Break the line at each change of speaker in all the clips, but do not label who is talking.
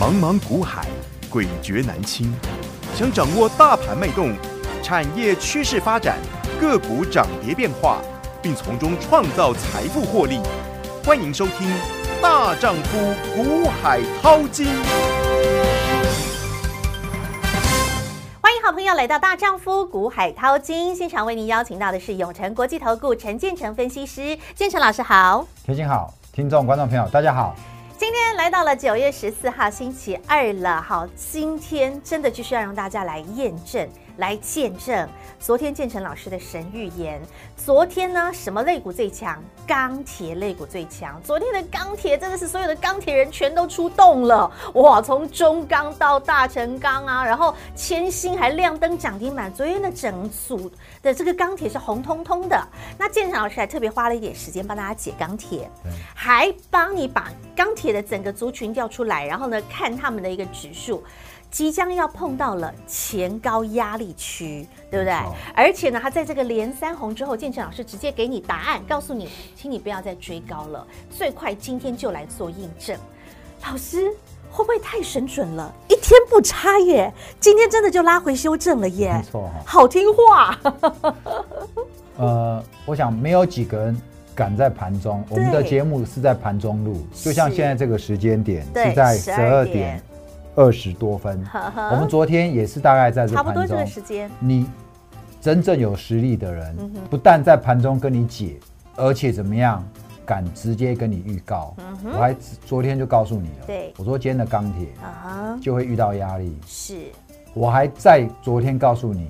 茫茫股海，诡谲难清。想掌握大盘脉动、产业趋势发展、个股涨跌变化，并从中创造财富获利，欢迎收听《大丈夫股海淘金》。
欢迎好朋友来到《大丈夫股海淘金》现场，为您邀请到的是永诚国际投顾陈建成分析师，建成老师好。
铁心好，听众观众朋友大家好。
今天来到了九月十四号星期二了，好，今天真的就是要让大家来验证、来见证昨天建成老师的神预言。昨天呢，什么肋骨最强？钢铁肋骨最强。昨天的钢铁真的是所有的钢铁人全都出动了，哇，从中钢到大成钢啊，然后千星还亮灯涨停板。昨天的整组的这个钢铁是红彤彤的，那建成老师还特别花了一点时间帮大家解钢铁。还帮你把钢铁的整个族群调出来，然后呢，看他们的一个指数。即将要碰到了前高压力区，对不对
没错？
而且呢，它在这个连三红之后，建成老师直接给你答案，告诉你，请你不要再追高了，最快今天就来做印证。老师会不会太神准了？一天不差耶，今天真的就拉回修正了耶
没，错哈、
好听话。
呃，我想没有几个人赶在盘中，我们的节目是在盘中录，
是
就像现在这个时间点
对
是在十
12
二点二十多分。
呵呵
我们昨天也是大概在 这
差不
盘啊
多这个
中。
时嗯间，
你真正有实力的人，不但在盘中跟你解，而且怎么样，敢直接跟你预告。我还只昨天就告诉你了，
嗯对
我说今天的钢铁
啊哈，
就会遇到压力。
是
我还在昨天告诉你，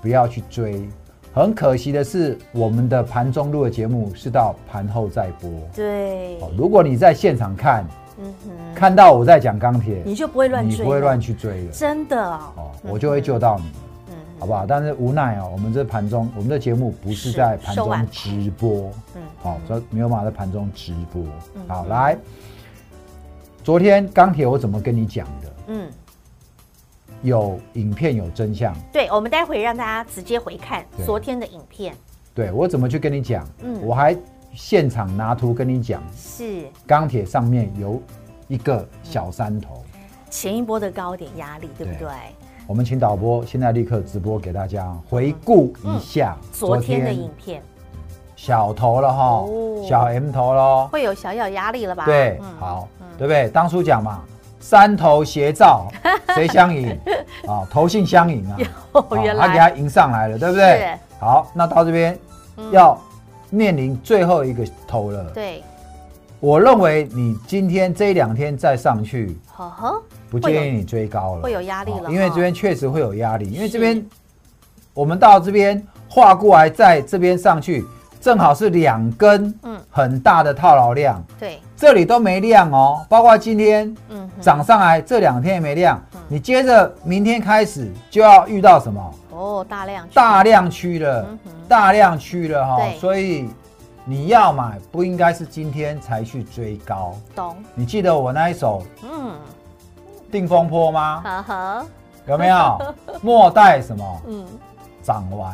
不要去追。很可惜的是，我们的盘中录的节目是到盘后再播。
对，
哦如果你在现场看，
嗯哼，
看到我在讲钢铁，
你就不会乱
你
追，
不会乱，去追了。
真的哦
哦，，我就会救到你，
嗯
好不好？但是无奈哦，我们这盘中，我们这节目不是
是
在盘
收完
中直播，
嗯
好、所以没有办法在盘中直播。
嗯
好，来，昨天钢铁我怎么跟你讲的？
嗯，
有影片，有真相，
对，我们待会让大家直接回看
对
昨天的影片，
对我怎么去跟你讲？
嗯
我还现场拿图跟你讲，
是
钢铁上面有一个小山头。
嗯前一波的高点压力，对不对
对？我们请导播现在立刻直播给大家回顾一下、
嗯昨天的影片
小头了哈，
哦
小 M 头喽，
会有小有压力了吧？
对，
嗯
好，对不对？当初讲嘛，山头 斜照，谁相迎啊？投信相迎啊，
哦，
啊
原
他给他
来
迎上来了，对不对
是？
好，那到这边
嗯
要面临最后一个头了。
对，
我认为你今天这两天再上去，
呵呵，
不建议你追高了，
会有压力了
哦因为
哈
这边确实会有压力，因为
是
这边我们到这边画过来，在这边上去，正好是两根
嗯
很大的套牢量，
对，
这里都没量哦，包括今天
嗯哼，
涨上来这两天也没量，
嗯
你接着明天开始就要遇到什么
哦，大量去
大量区了
嗯，哼
大量区了哈、
对
所以你要买不应该是今天才去追高，
懂，
你记得我那一首
嗯，
定风波吗？
呵呵，
有 没有？莫待什么
嗯，
涨完，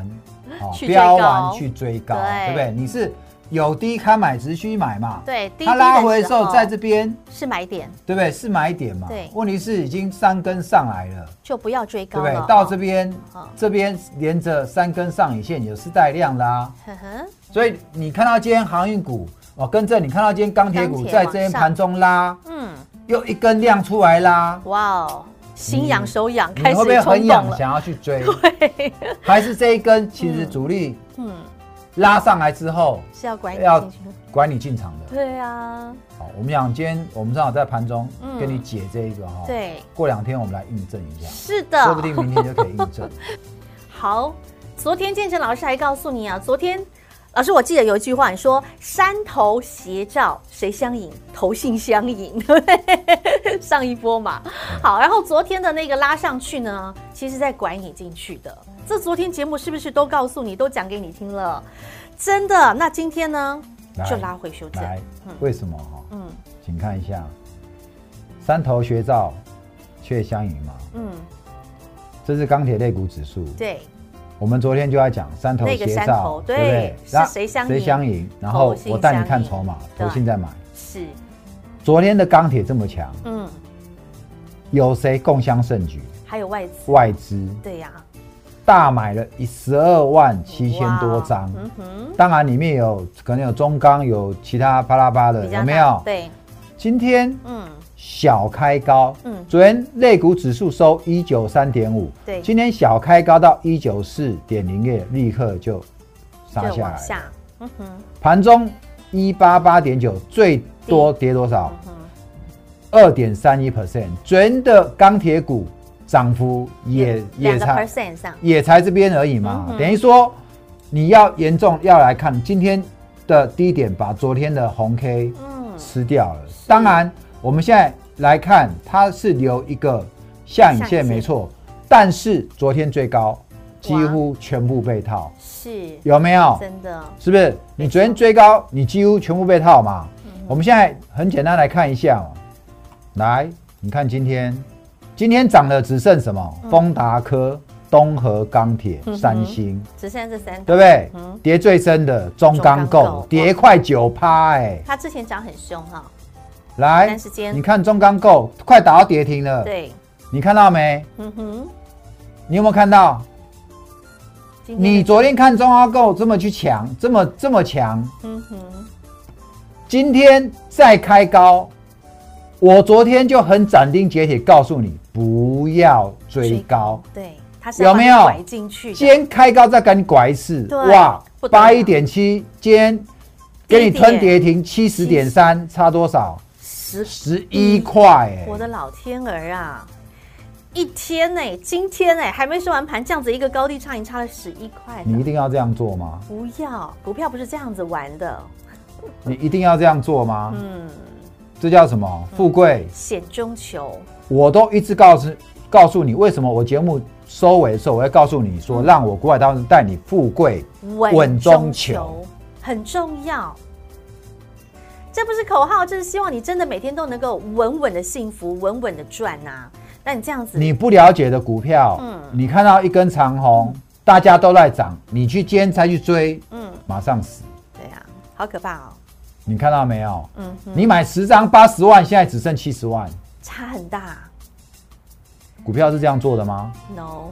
哦
去追高
飙完去追高，
对
对不对？你是有低开买，直需买嘛。
对，低
它
低
拉
的
回的
时
时候
候
在这边，
是买点，
对不对？是买点嘛。
对
问题是已经三根上来了，
就不要追
对
高
不对
了，？
到这，边
哦，
这边连着三根上影线，有是带量啦、
呵呵，
所以你看到今天航运股哦，跟着你看到今天钢铁
钢
股
铁
在这边
往上
盘中拉，
嗯，
又一根量出来拉，
哇哦，心痒手痒，
嗯你
开始
会不会
冲
很
动
痒，
了，
想要去追？
对，
还是这一根其实主力
嗯，
拉上来之后，
是要管你
要
进去吗。
管你进场的。
对啊，
好，我们讲今天我们正好在盘中
嗯
跟你解这一个哈、，
对，
过两天我们来印证一下，
是啊的。
说不定明天就可以 印证。
好，昨天建成老师还告诉你啊，昨天老师我记得有一句话，你说山头斜照谁相迎，头信相迎， 对不对？上一波嘛。
嗯
好，然后昨天的那个拉上去呢，其实在拐你进去的。这昨天节目是不是都告诉你，都讲给你听了？真的，那今天呢，
来
就拉回修正。
来
嗯，
为什么哈、
嗯
请看一下，山头学照却相迎嘛，
嗯，
这是钢铁类股指数。
对，
我们昨天就在讲山头
那个
斜
山头
照，
对
不对？
是
那
谁相
谁
迎
相迎？然后
投信
我带你
相
看
迎
筹码，
对
投信在买。
是，
昨天的钢铁这么强，
嗯，
有谁共襄盛举？
还有外资，
外资
对呀、
大买了一十二万七千多张，
嗯哼，
当然里面有可能有中钢，有其他巴拉巴的，
比较
有没
大
有？
对，
今天
嗯，
小开高，
嗯
昨天类股指数收一九三点五，
对
今天小开高到一九四点零六，立刻就杀
就
下
往
来了，
下，嗯哼，
盘中一八八点九，最多跌多少
嗯？哼，
二点三一 percent，昨天的钢铁股涨幅也也
两个
才
percent 上，
也才这边而已嘛，
嗯哼
等于说你要严重要来看今天的低点，把昨天的红 K
嗯，
吃掉了。当然，我们现在来看，它是留一个下影
下影
线
线
没错，但是昨天最高几
哇
乎全部被套，
是，
有没有？
真的，
是不是？你昨天追高，你几乎全部被套嘛。
嗯
我们现在很简单来看一下嘛，来，你看今天，今天涨的只剩什么？丰达科、东河钢铁、
嗯嗯哼
三星，
只剩这三档，
对不对
嗯哼？
跌最深的中钢
中钢构
构跌快九趴，哎，
它之前涨很凶哈，
来
但是今，天
你看中钢构快打到跌停了，
对，
你看到没？
嗯哼，
你有没有看到？
今天
你昨天看中钢构这么去强，这么这么强，
嗯哼，
今天再开高，我昨天就很斩钉截铁告诉你不要追高，，
对，它是要
有没有
把你拐进去的？
今天开高再赶紧拐一次，
对
哇
不，得了
八一点七，今天给你
低点
吞跌停七十点三，差多少？
十
十一块、
嗯我的
哎，
老天儿啊！一天呢、今天呢、还没收完盘，这样子一个高低差，已经差了十一块
你一
呢。
定要这样做吗？
不要，股票不是这样子玩的。
你一定要这样做吗？
嗯，
这叫什么？富贵，
险中求，
我都一直告诉告诉你，为什么我节目收尾的时候，我会告诉你
嗯
说，让我国外当人带你富贵。稳中求
很重要。这不是口号，这是希望你真的每天都能够稳稳的幸福，稳稳的赚呐、那你这样子，
你不了解的股票，
嗯
你看到一根长红，大家都在涨，你去今天才去追，
嗯，
马上死。
对啊，好可怕哦。
你看到没有？
嗯哼，
你买十张八十万，现在只剩七十万，
差很大。
股票是这样做的吗？
No，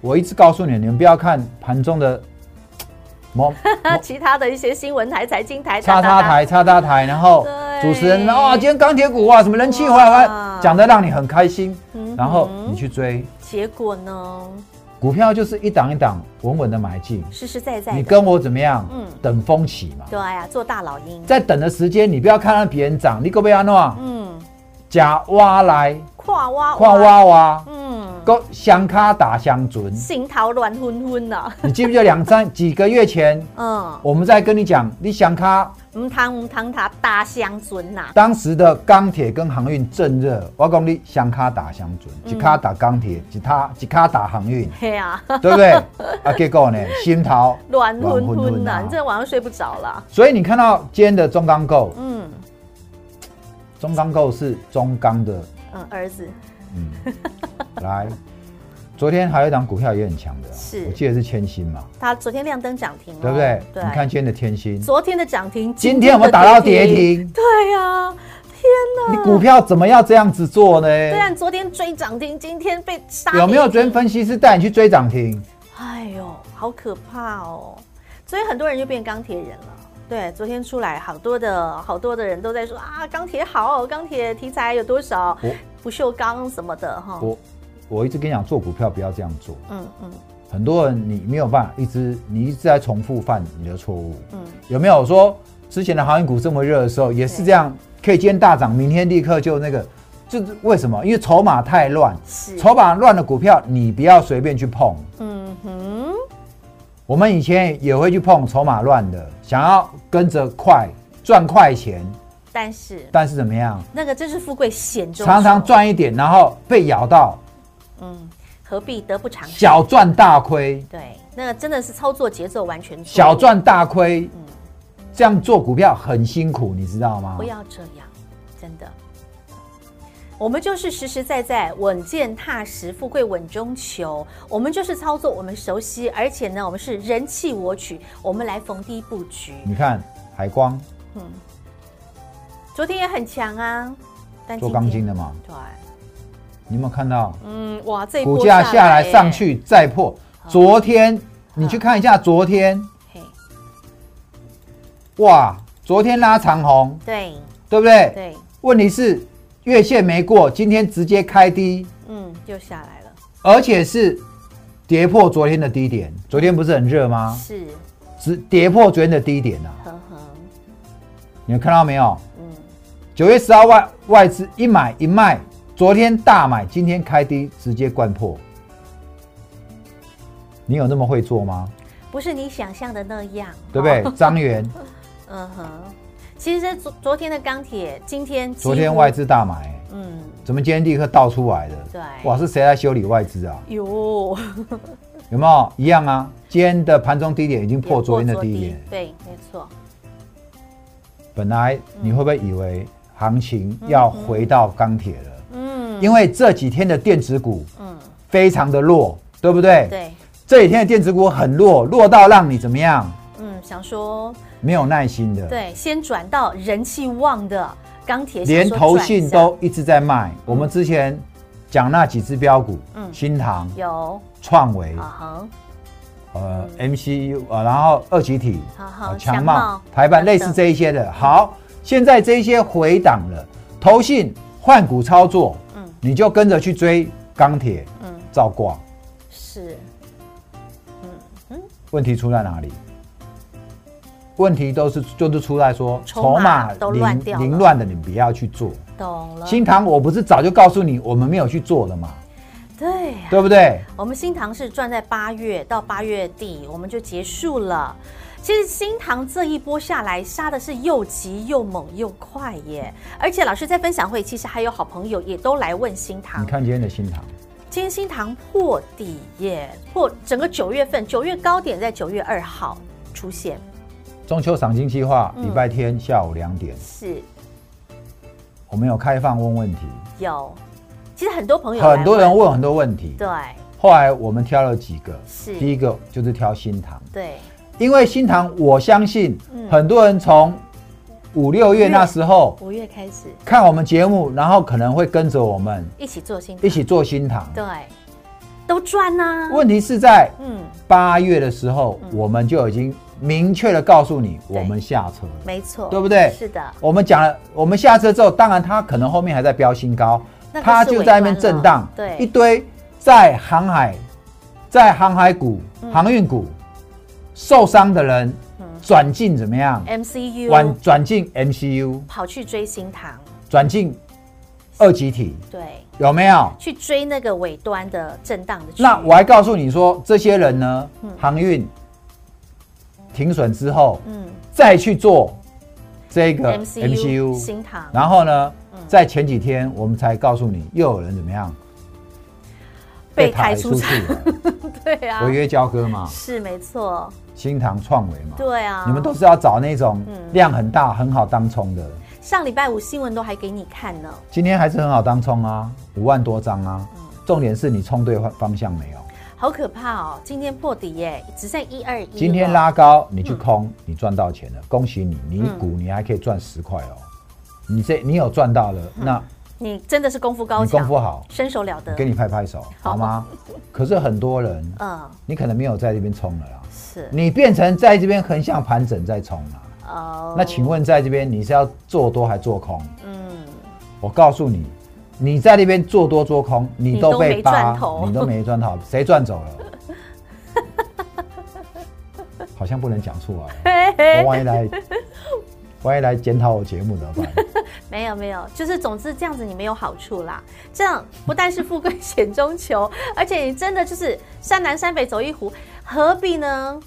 我一直告诉你，你们不要看盘中的 某
那其他的一些新闻台、财经台、
叉叉台、叉叉台，然后
对
主持人啊，今天钢铁股哇，什么人气回来
哇，
讲的让你很开心
嗯哼，
然后你去追
结果呢，
股票，就是一档一档稳稳的买进。
实实在在的。
你跟我怎么样？
嗯
等风起嘛。
对呀、做大老鹰。
在等的时间，你不要看到别人涨，你可不要弄
嗯，
假挖来
跨挖
矿，挖挖，
嗯，
够相卡打相准。
心头乱昏昏呐。
你记不记得两三几个月前，
嗯，
我们在跟你讲，你相卡
唔通唔通，他大乡村啊呐。
当时的钢铁跟航运正热，我讲你相卡打相准，一卡打钢铁，一卡一卡打航运，
嘿呀、
对不对？啊，结果呢，心头
乱昏昏呐、你
这
这晚上睡不着了。
所以你看到今天的中钢构，
嗯
中钢构是中钢的，
嗯，儿子，
嗯， 来。昨天还有一档股票也很强的啊、
是
我记得是千星嘛，
他昨天亮灯涨停哦，
对不对？
对，
你看今天的天星，
昨天的涨停，
今天我们打到跌
今天的
停，
对啊呀、天哪！
你股票怎么要这样子做呢？
虽然昨天追涨啊停，今天被杀，
有没有昨天分析师带你去追涨停？
哎呦，好可怕哦！所以很多人就变钢铁人了。对，昨天出来好多的好多的人都在说啊，钢铁好，钢铁题材有多少
我，
不锈钢什么的哈。
我我一直跟你讲，做股票不要这样做。
嗯嗯
很多人你没有办法一直，你一直在重复犯你的错误。
嗯，
有没有？我说之前的航运股这么热的时候也是这样，可以今天大涨，明天立刻就那个，就是为什么？因为筹码太乱，
是。
筹码乱的股票你不要随便去碰。
嗯哼，
我们以前也会去碰筹码乱的，想要跟着快赚快钱，
但是
但是怎么样，
那个真是富贵险中求
常常，赚一点，然后被咬到，
嗯，何必得不偿失？
小赚大亏，
对，那个真的是操作节奏完全错误
小，赚大亏，这样做股票很辛苦，你知道吗？
嗯不要这样，真的。我们就是实实在在、稳健踏实、富贵稳中求。我们就是操作我们熟悉，而且呢，我们是人气我取，我们来逢低布局。
你看海光
昨天也很强啊，但
做钢
今
筋
天
的嘛，
对，
你有没有看到
嗯，哇，这一波
股价下来
耶
上，去再破？
哎
昨天你去看一下，昨天
嘿
哇，昨天拉长红，
对
对不对？
对，
问题是月线没过，今天直接开低，
嗯，又下来了，
而且是跌破昨天的低点。昨天不是很热吗？
是，
直跌破昨天的低点啊！
呵呵，
你们看到没有？
嗯，
九月十号外外资一买一卖，昨天大买，今天开低直接灌破。你有那么会做吗？
不是你想象的那样，
对不对
哦？
张元
嗯哼，其实昨昨天的钢铁，今天几乎
昨天外，资大买、
嗯，
怎么今天立刻倒出来的？
对
哇，是谁在修理外资啊？
有
有没有一样啊？今天的盘中低点已经破昨天的低点，
对，没错，
本来你会不会以为行情要回到钢铁了？
嗯，
因为这几天的电子股
嗯，
非常的弱，对不对？
对，
这几天的电子股很弱，弱到让你怎么样？
嗯，想说
没有耐心的，
对，先转到人气旺的钢铁，
连
想说
投
转一
信
下
都一直在卖。我们之前讲那几只标股，
嗯
新塘、
有
创维、
啊哈，
呃 MCU 呃，然后二级体、
好好
呃强
强
茂
茂、
台办
等等
类似这一些的。好，现在这一些回档了，投信换股操作，
嗯
你就跟着去追钢铁，
嗯，
照挂。
是，
问题出在哪里？问题都是就是出在说
筹码都乱掉了嗯
凌乱的，你不要去做。
懂了，
新塘，我不是早就告诉你，我们没有去做的嘛，
对呀。
对不对？
我们新塘是赚在八月到八月底，我们就结束了。其实新塘这一波下来，杀的是又急又猛又快耶！而且老师在分享会，其实还有好朋友也都来问新
你
塘，
看今天的新塘，
今天新塘破底耶，破整个九月份，九月高点在九月二号出现，
中秋赏金计划，
嗯
礼拜天下午两点，
是
我们有开放问问题，
有。其实很多朋友来
很多人问很多问题。
对
后来我们挑了几个，
是
第一个就是挑新塘，
对，
因为新塘我相信
嗯
很多人从五六月那时候
五月开始
看我们节目，然后可能会跟着我们
一起做新塘，
一起做新塘。
对，都赚呐、
问题是在
嗯，
八月的时候，
嗯
我们就已经明确的告诉你，
对
我们下车了。
没错，
对不对
是的。
我们讲了，我们下车之后，当然它可能后面还在飙新高，
那个
它
是
就
尾
在那边
端
震
了
荡，
对
一堆在航海、在航海股、
嗯
航运股受伤的人
嗯
转进怎么样？转
MCU
转进 MCU，
跑去追新塘，
转进二级体，
对，
有没有？
去追那个尾端的震荡的区域。
那我还告诉你说，这些人呢
嗯，
航运停损之后，
嗯
再去做这个
MCU
MCU，
新塘，
然后呢
嗯，
在前几天我们才告诉你，又有人怎么样
被抬出
去 了，
对啊
违，约交割嘛，
是没错，
新塘创维嘛，
对啊。
你们都是要找那种
嗯
量很大、很好当冲的，
上礼拜五新闻都还给你看呢，
今天还是很好当冲啊，五万多张啊，
嗯
重点是你冲对方方向没有？
好可怕哦！今天破底耶，只剩一二一。
今天，拉高，你去
嗯
空，你赚到钱了，恭喜你，你一股你还可以赚十块哦。你这你有赚到了，那
你真的是功夫嗯高
你功
强，嗯
夫好，
身手了得。
给你拍拍手，好吗？可是很多人，
嗯，
你可能没有在这边冲了啦，
是
你变成在这边横向盘整在冲啦。
哦。
那请问在这边你是要做多还做空？
嗯，
我告诉你，你在那边做多做空，你都被扒
你都没赚，头
你都没赚头，谁赚走了？ 好像不能讲出来。
嘿嘿
我万一来，万一来检讨我节目怎么办？
没有没有，就是总之这样子你没有好处啦。这样不但是富贵险中求，而且你真的就是山南山北走一湖，何必呢？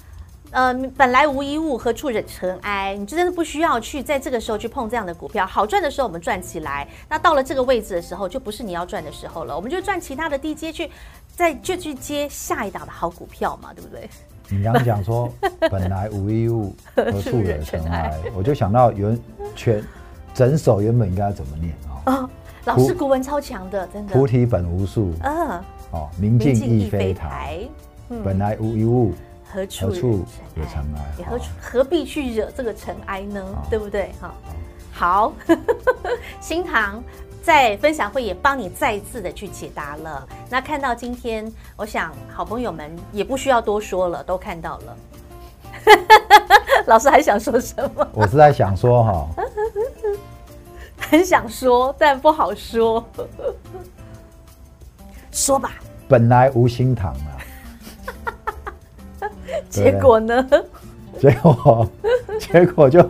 呃，本来无一物，何处惹尘埃？你就真的不需要去在这个时候去碰这样的股票。好赚的时候我们赚起来，那到了这个位置的时候，就不是你要赚的时候了，我们就赚其他的低阶去，再就去接下一档的好股票嘛，对不对？
你刚刚 讲说本来无一物，何处惹尘埃，我就想到原全整首原本应该要怎么念
哦
啊？
老师古文超强的，真
菩
的。
提本无树，
嗯、
哦，明镜亦非台，，本来无一物，
何嗯处
何处啊惹
惹
尘
尘
埃
埃？也
好
何处何必
哦
去惹这个尘埃呢
好？
对不对？哈，好，新塘在分享会也帮你再次的去解答了。那看到今天，我想好朋友们也不需要多说了，都看到了。 老师还想说什么？
我是在想说哈、
嗯很想说，但不好说。 说吧，
本来无心堂啊，
结果呢？
结 果结果就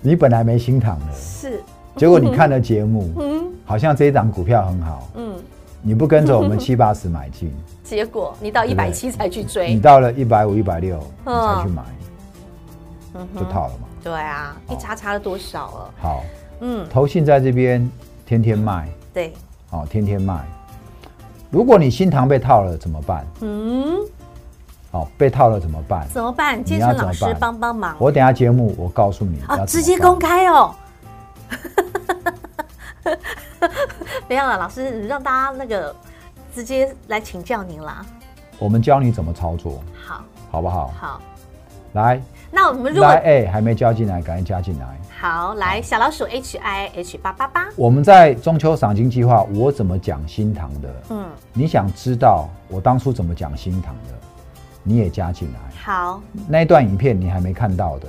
你本来没心堂了，
是，
结果你看了节目，
嗯
好像这一档股票很好，
嗯，
你不跟 着我们七八十买进，
结果你到一
对不
百
对
七才去追
你，到了一百五、一百六，你
嗯
才去买，
嗯
就哦
哼，
套了嘛。
对啊，一差差了多少了？
好，
嗯，
投信在这边天天卖，
对，
哦，天天卖。如果你新塘被套了怎么办？
嗯，
哦，被套了怎么办？
怎么办？建
你要
成
怎
老
么
师
办
帮帮忙
我等一下节目我告诉你要怎
啊！
么
直接
办
公开哦。 不要了，老师让大家那个直接来请教您啦。
我们教你怎么操作，
好，
好不好？
好，
来，
那我们如果
来，哎、还没加进来，赶紧加进来。
好来小老鼠 H I H 八八八，
我们在中秋赏金计划，我怎么讲新塘的？
嗯，
你想知道我当初怎么讲新塘的，你也加进来。
好，
那一段影片你还没看到的，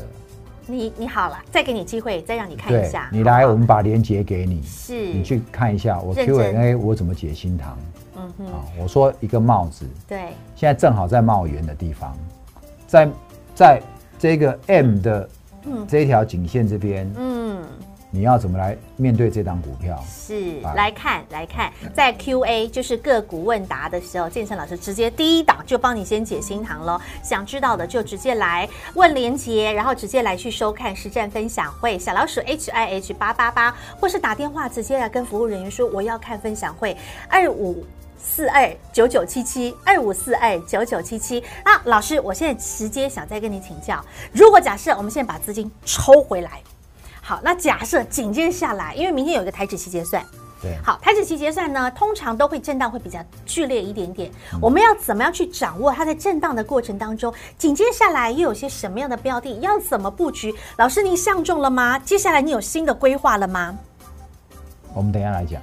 你你好了，再给你机会，再让你看一
对
下，。
你
好不
来，
好
我们把链接给你，
是，
你去看一下我
认真
Q&A 我怎么解新塘
嗯
啊、
哼，
我说一个帽子，
对，
现在正好在帽圆的地方，在在这个 M 的
嗯
这一条颈线这边，
嗯，
你要怎么来面对这档股票？
是，
来
来看来看，在 Q&A 就是个股问答的时候，建成老师直接第一档就帮你先解心堂喽。想知道的就直接来问连杰，然后直接来去收看实战分享会，小老鼠 H I H 八八八，或是打电话直接来跟服务人员说我要看分享会二五。四二九九七七二五四二九九七七啊，老师，我现在直接想再跟你请教，如果假设我们现在把资金抽回来，好，那假设紧接下来，因为明天有一个台指期结算，
对，
好，台指期结算呢，通常都会震荡会比较剧烈一点点。我们要怎么样去掌握它在震荡的过程当中，紧接下来又有些什么样的标的，要怎么布局？老师，您相中了吗？接下来你有新的规划了吗？
我们等一下来讲，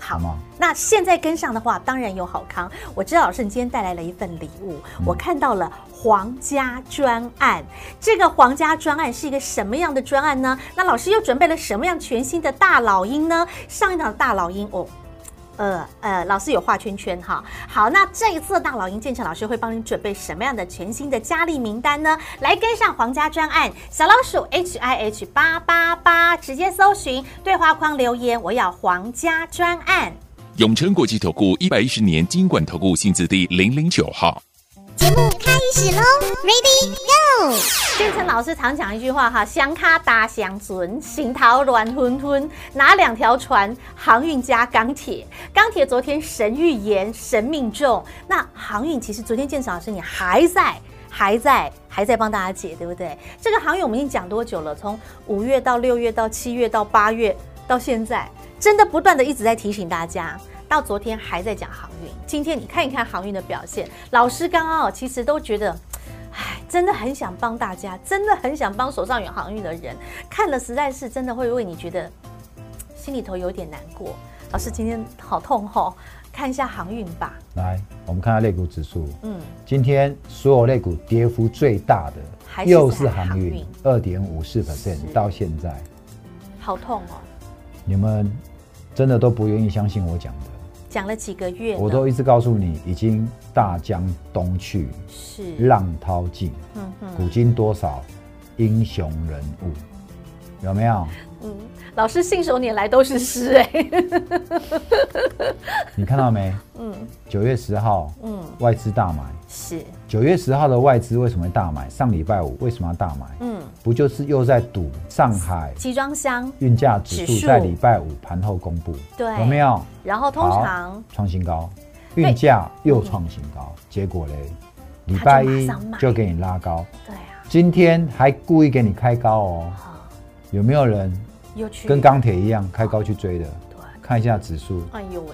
好
吗？
那现在跟上的话，当然有好康。我知道老师你今天带来了一份礼物，我看到了皇家专案。这个皇家专案是一个什么样的专案呢？那老师又准备了什么样全新的大老鹰呢？上一档的大老鹰哦。呃呃，老师有画圈圈哈。好，那这一次的大老鹰建成老师会帮你准备什么样的全新的佳丽名单呢？来跟上皇家专案，小老鼠 H I H 八八八，直接搜寻对话框留言，我要皇家专案。
永诚国际投顾一百一十年金管投顾性质第零零九号。
节目开始喽，Ready Go！
建成老师常讲一句话哈，香卡搭香船，行桃软吞吞，哪两条船？航运加钢铁。钢铁昨天神预言，神命中。那航运其实昨天建成老师你还在，还在，还在帮大家解，对不对？这个航运我们已经讲多久了？从五月到六月到七月到八月到现在，真的不断的一直在提醒大家。到昨天还在讲航运，今天你看一看航运的表现。老师刚刚哦，其实都觉得。唉，真的很想帮大家，真的很想帮手上有航运的人。看了实在是真的会为你觉得嘖心里头有点难过。老师今天好痛哦，看一下航运吧。
来，我们看下类股指数，
嗯，
今天所有类股跌幅最大
还
的
是在
又是航
航
运
运，
二点五四 percent 到现在，
好痛哦，
你们真的都不愿意相信我讲的，
讲了几个月了，
我都一直告诉你，已经大江东去，
是，
浪淘尽，
嗯哼，
古今多少英雄人物，有没有？
嗯，老师信手拈来都是诗哎、
你看到没？
嗯
九月十号
嗯，
外资大买，
是，
九月十号的外资为什么会大买？上礼拜五为什么要大买？
嗯，
不就是又在赌上海
集装箱，
运价指
指
数
数
在礼拜五盘后公布，
对
有没有？
然后通
好
常
创新高，
对
运价又创新高，结果嘞，礼拜
他就马
一
上买
就给你拉高，
对啊，
今天还故意给你开高哦，
啊
有没有人
又去
跟钢铁一样开高去追的？
对，
看一下指数，
哎呦喂，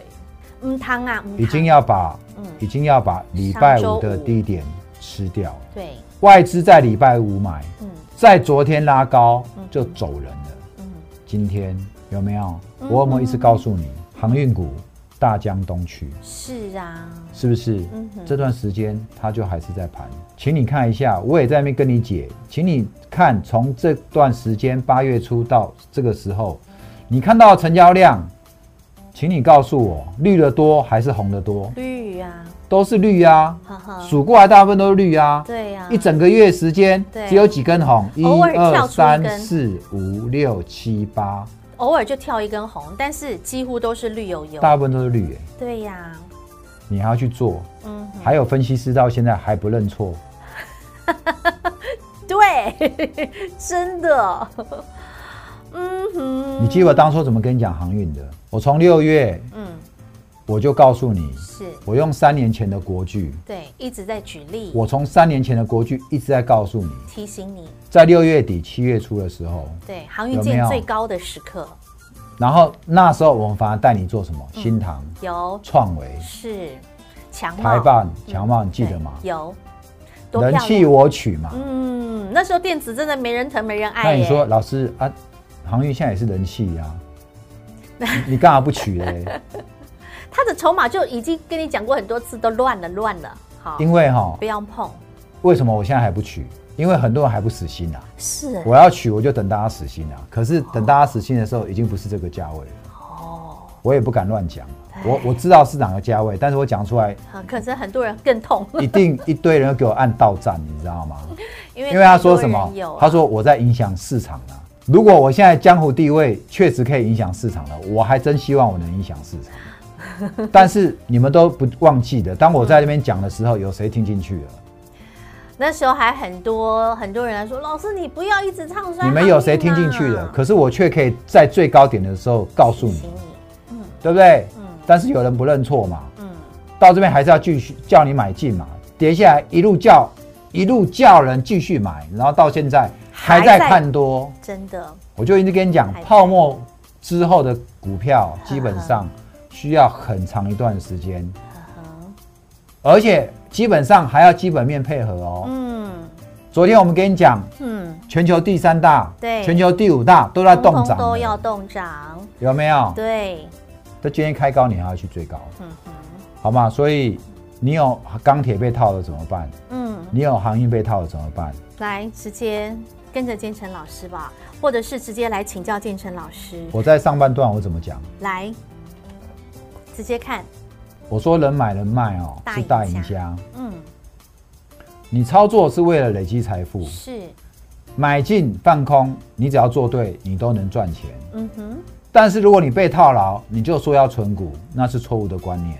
嗯汤啊，嗯
已经
汤
要把
嗯
已经要把礼拜
上周
五
五
的低点吃掉了，
对，
外资在礼拜五买，
嗯
在昨天拉高
嗯
就走人了，
嗯。
今天有没有？我有没有一直告诉你，航运股大江东去，
是啊，
是不是
嗯哼？
这段时间它就还是在盘，请你看一下，我也在那边跟你解，请你看从这段时间八月初到这个时候，你看到的成交量，请你告诉我，绿的多还是红的多？
绿啊，
都是绿啊
呵呵，
数过来大部分都是绿啊。
对呀、
一整个月时间
对
只有几根红，一
偶尔跳
二
出一根
三四五六七八，
偶尔就跳一根红，但是几乎都是绿油油。
大部分都是绿、欸，
对呀、
你还要去做。
嗯哼，
还有分析师到现在还不认错，
对， 真的，嗯哼，
你记得我当初怎么跟你讲航运的？我从六月
嗯，
我就告诉你，
是
我用三年前的国剧，
对，一直在举例，
我从三年前的国剧一直在告诉你，
提醒你，
在六月底七月初的时候，
对，航运
有
界
没有
最高的时刻
然后那时候我们反而带你做什么？
嗯
新塘、
有
创维、
是强
台
棒，
办、强茂，你记
嗯
得
对
吗？
有，多
人
漂
气
亮。
我取嘛。
嗯，哎那时候电子真的没人疼没人爱
那
耶。
你说老师啊，航运现在也是人气呀、 你你干嘛不取嘞？
他的筹码就已经跟你讲过很多次，都乱了乱了，好，
因为哈
不，要碰。
为什么我现在还不取？因为很多人还不死心啊。
是
我要取，我就等大家死心啊。可是等大家死心的时候，已经不是这个价位了，
哦，
我也不敢乱讲。
对
我我知道是哪个价位，但是我讲出来，
好可是很多人更 痛，
一定一堆人给我按到站，你知道吗？
因为
因为他说
太
什
多人
么
有？啊
他说我在影响市场啊。如果我现在江湖地位确实可以影响市场了，我还真希望我能影响市场。 但是你们都不忘记的，当我在那边讲的时候，有谁听进去了？
那时候还很多很多人来说，老师你不要一直唱衰、
你们有谁听进去的？可是我却可以在最高点的时候告诉你
啊提。醒你，
对不对？但是有人不认错嘛，
嗯
到这边还是要继续叫你买进嘛，跌下来一路叫，一路叫人继续买，然后到现在还在
还在
看多，
真的
我就一直跟你讲
还，在
泡沫之后的股票基本上需要很长一段时间，
嗯
而且基本上还要基本面配合哦。
嗯
昨天我们跟你讲，
嗯，
全球第三大，
对
全球第五大都在
通
动
通
涨
都
了，
要动涨，
有没有？
对，
这今天开高，你还要去追高。
嗯哼
好吗？所以你有钢铁被套了怎么办？
嗯，
你有航运被套了怎么办？
来直接跟着建成老师吧，或者是直接来请教建成老师，
我在上半段我怎么讲？
来直接看，
我说人买人卖哦，
大赢家
是大赢家。
嗯，
你操作是为了累积财富，
是，
买进放空，你只要做对，你都能赚钱。
嗯哼，
但是如果你被套牢，你就说要存股，那是错误的观念。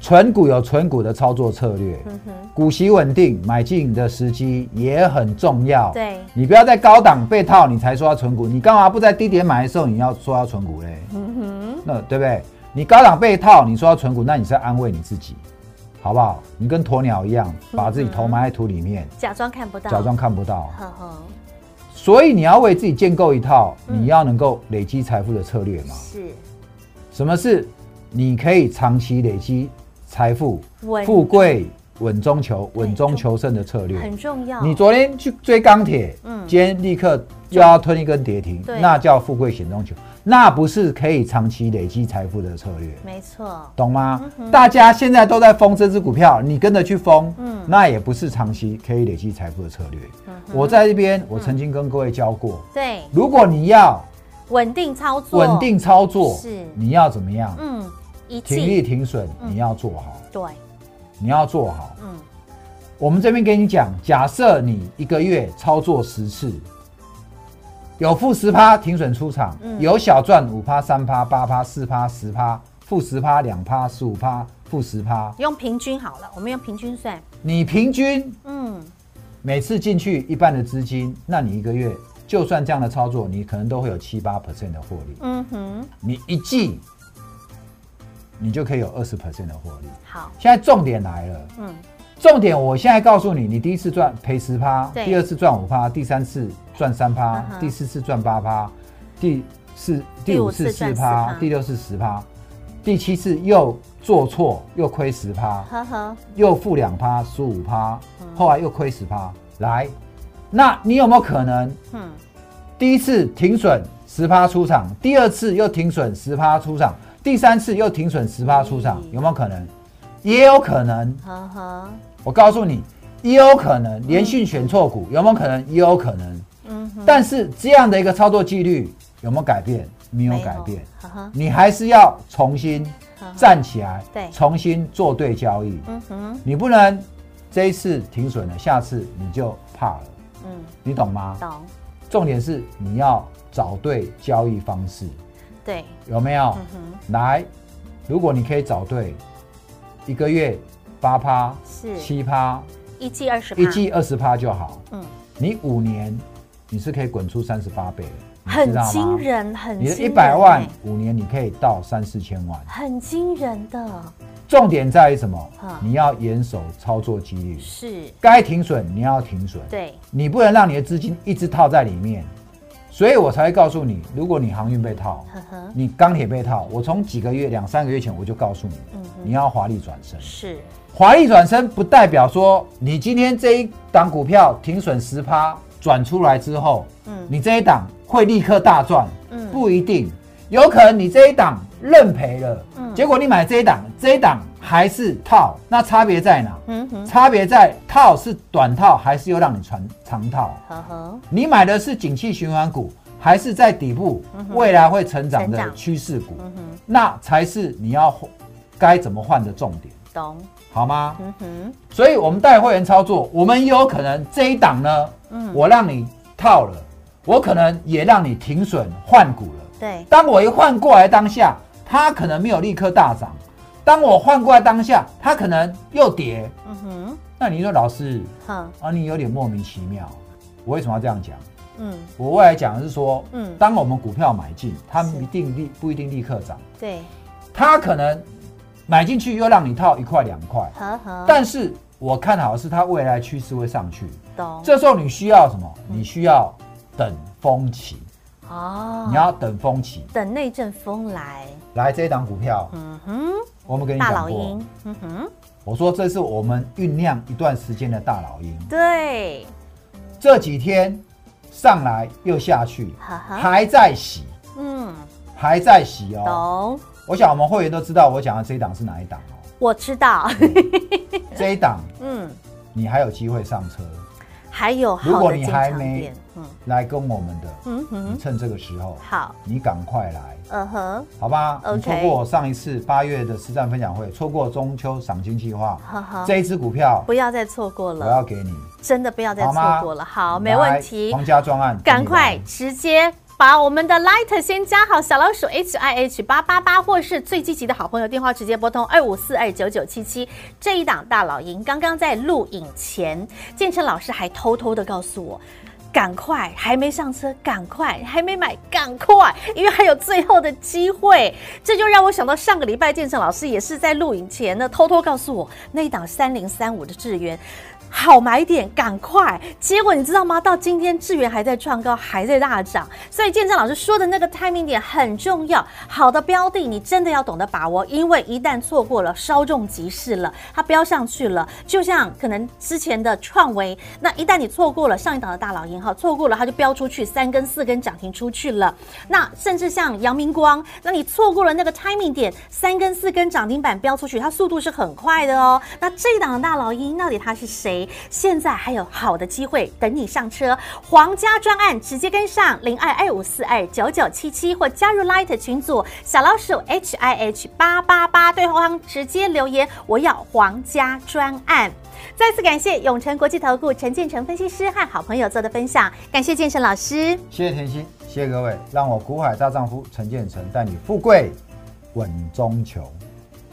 存股有存股的操作策略，
嗯哼，
股息稳定，买进的时机也很重要。
对
你不要在高档被套，你才说要存股，你干嘛不在低点买的时候你要说要存股嘞？
嗯哼，
那对不对？你高档被套，你说要存股，那你是在安慰你自己，好不好？你跟鸵鸟一样，把自己头埋在土里面，
假装看不到，
假装，看不到。
呵呵，
所以你要为自己建构一套
嗯
你要能够累积财富的策略嘛？
是
什么是你可以长期累积财富、
稳
富贵稳中求、稳中
中
求胜的策略？
很重要，
嗯你昨天去追钢铁，
哦嗯
今天立刻又要吞一根跌停
对，
那叫富贵险中求，那不是可以长期累积财富的策略，
没错，
懂吗
嗯？哼
大家现在都在疯这只股票，你跟着去疯，
嗯
那也不是长期可以累积财富的策略。
嗯哼
我在这边，我曾经跟各位教过，
对，
如果你要
稳定操作，
稳，定操作
是，
你要怎么样？
嗯，一
停利
季，
停损，
嗯
你要做好，
对，
你要做好。
嗯，
我们这边跟你讲，假设你一个月操作十次，有负十趴停损出场，
嗯
有小赚五趴、三趴、八趴、四趴、十趴，负十趴、两趴、十五趴、负十趴，
用平均好了，我们用平均算，
你平均
嗯，
每次进去一半的资金，那你一个月就算这样的操作，你可能都会有七八 percent 的获利。
嗯哼，
你一季，你就可以有二十 percent 的获利。
好，
现在重点来了，
嗯，
重点，我现在告诉你，你第一次赚赔十趴，
对
第二次赚五趴，第三次赚三趴
嗯，哼
第四次赚八趴，第四
第
第
五
五
次
次
赚
四
10%
趴，第六次十趴，第七次又做错又亏十趴，
呵呵，
又负两趴，十五趴，
嗯
后来又亏十趴。来，那你有没有可能
嗯，
第一次停损十趴出场，第二次又停损十趴出场，第三次又停损十趴出场，
嗯
有没有可能？也有可能。
呵呵，
我告诉你，也有可能连续选错股，有没有可能？也有可能。
嗯哼，
但是这样的一个操作纪律有没有改变？没有
没
改变，
呵呵，
你还是要重新
呵呵
站起来，
嗯对
重新做对交易。
嗯哼，
你不能这一次停损了，下次你就怕了，
嗯，
你懂吗？
懂，
重点是你要找对交易方式，
对，
有没有
嗯？哼，
来，如果你可以找对，一个月八趴、
是
七趴、
一季二十趴，
一季二十趴就好。
嗯，
你五年你是可以滚出三十八倍的，你知
很
道吗
惊。人，很
你
惊
的
人，
一百万
哎，
五年你可以到三四千万。
很惊人的，
重点在于什么
啊？
你要严守操作纪律，
是，
该停损你要停损。
对，
你不能让你的资金一直套在里面，所以我才会告诉你，如果你航运被套，
呵呵，
你钢铁被套，我从几个月两三个月前我就告诉你，
嗯
你
哼，
要华丽转身。
是，
华丽转身不代表说你今天这一档股票停损十趴转出来之后，
嗯
你这一档会立刻大赚，
嗯
不一定，有可能你这一档认赔了，
嗯
结果你买这一档，这一档还是套，那差别在哪？
嗯哼，
差别在套是短套还是又让你长长套？
呵呵，
你买的是景气循环股，还是在底部未来会成
嗯
长
成
的
长
趋势股？
嗯哼，
那才是你要该怎么换的重点，
懂，
好吗？
嗯哼，
所以我们带会员操作，我们也有可能这一档呢，
嗯
我让你套了，我可能也让你停损换股了。
对，
当我一换过来当下，它可能没有立刻大涨；当我换过来当下，它可能又跌。
嗯哼，
那你说老师
哼，
啊，你有点莫名其妙，我为什么要这样讲？
嗯，
我未来讲的是说，
嗯
嗯，当我们股票买进，它
是
一定立不一定立刻涨，
对，
它可能买进去又让你套一块两块，
呵呵，
但是我看好的是它未来趋势会上去，
懂，
这时候你需要什么？
嗯
你需要等风起，
哦，
你要等风起。
等那阵风来，
来这一档股票，
嗯哼，
我们跟你
大
讲
老
过
鹰，，嗯哼，
我说这是我们酝酿一段时间的大老鹰，
对，
这几天上来又下去，
呵呵，
还在洗，
嗯，
还在洗哦。
懂，
我想我们会员都知道我讲的这一档是哪一档哦。
我知道，
这一档
嗯，
你还有机会上车，
还有
如
好
果
的
你
进
还
场
没
点，嗯
来跟我们的，
嗯
你
哼，
趁这个时候，
好，
你赶快来，
嗯哼，
好吧？
OK
你错过我上一次八月的实战分享会，错过中秋赏金计划，
呵呵，
这一支股票
不要再错过
我要
了，
给你，
真的不要再
好
错
吗？
过了，好，没问
来
题，
皇家专案，
赶快
跟你来
直接把我们的 Light 先加好，小老鼠 H I H 八八八，或是最积极的好朋友电话直接拨通二五四二九九七七。这一档大老鹰刚刚在录影前，建成老师还偷偷的告诉我。赶快，还没上车，赶快，还没买，赶快，因为还有最后的机会。这就让我想到上个礼拜，建成老师也是在录影前呢，偷偷告诉我那一档三零三五的智源好买点，赶快！结果你知道吗？到今天智源还在创高，还在大涨，所以建正老师说的那个 timing 点很重要。好的标的，你真的要懂得把握，因为一旦错过了，稍纵即逝了，它飙上去了。就像可能之前的创维，那一旦你错过了上一档的大老鹰哈，错过了它就飙出去三根四根涨停出去了。那甚至像阳明光，那你错过了那个 timing 点，三根四根涨停板飙出去，它速度是很快的哦。那这一档的大老鹰到底它是谁？现在还有好的机会等你上车，皇家专案直接跟上零二二五四二九九七七，或加入 Light 群组小老鼠 H I H 八八八，对话框直接留言我要皇家专案。再次感谢永诚国际投顾陈建成分析师和好朋友做的分享，感谢建成老师。
谢谢甜心，谢谢各位，让我股海大丈夫陈建成带你富贵稳中求。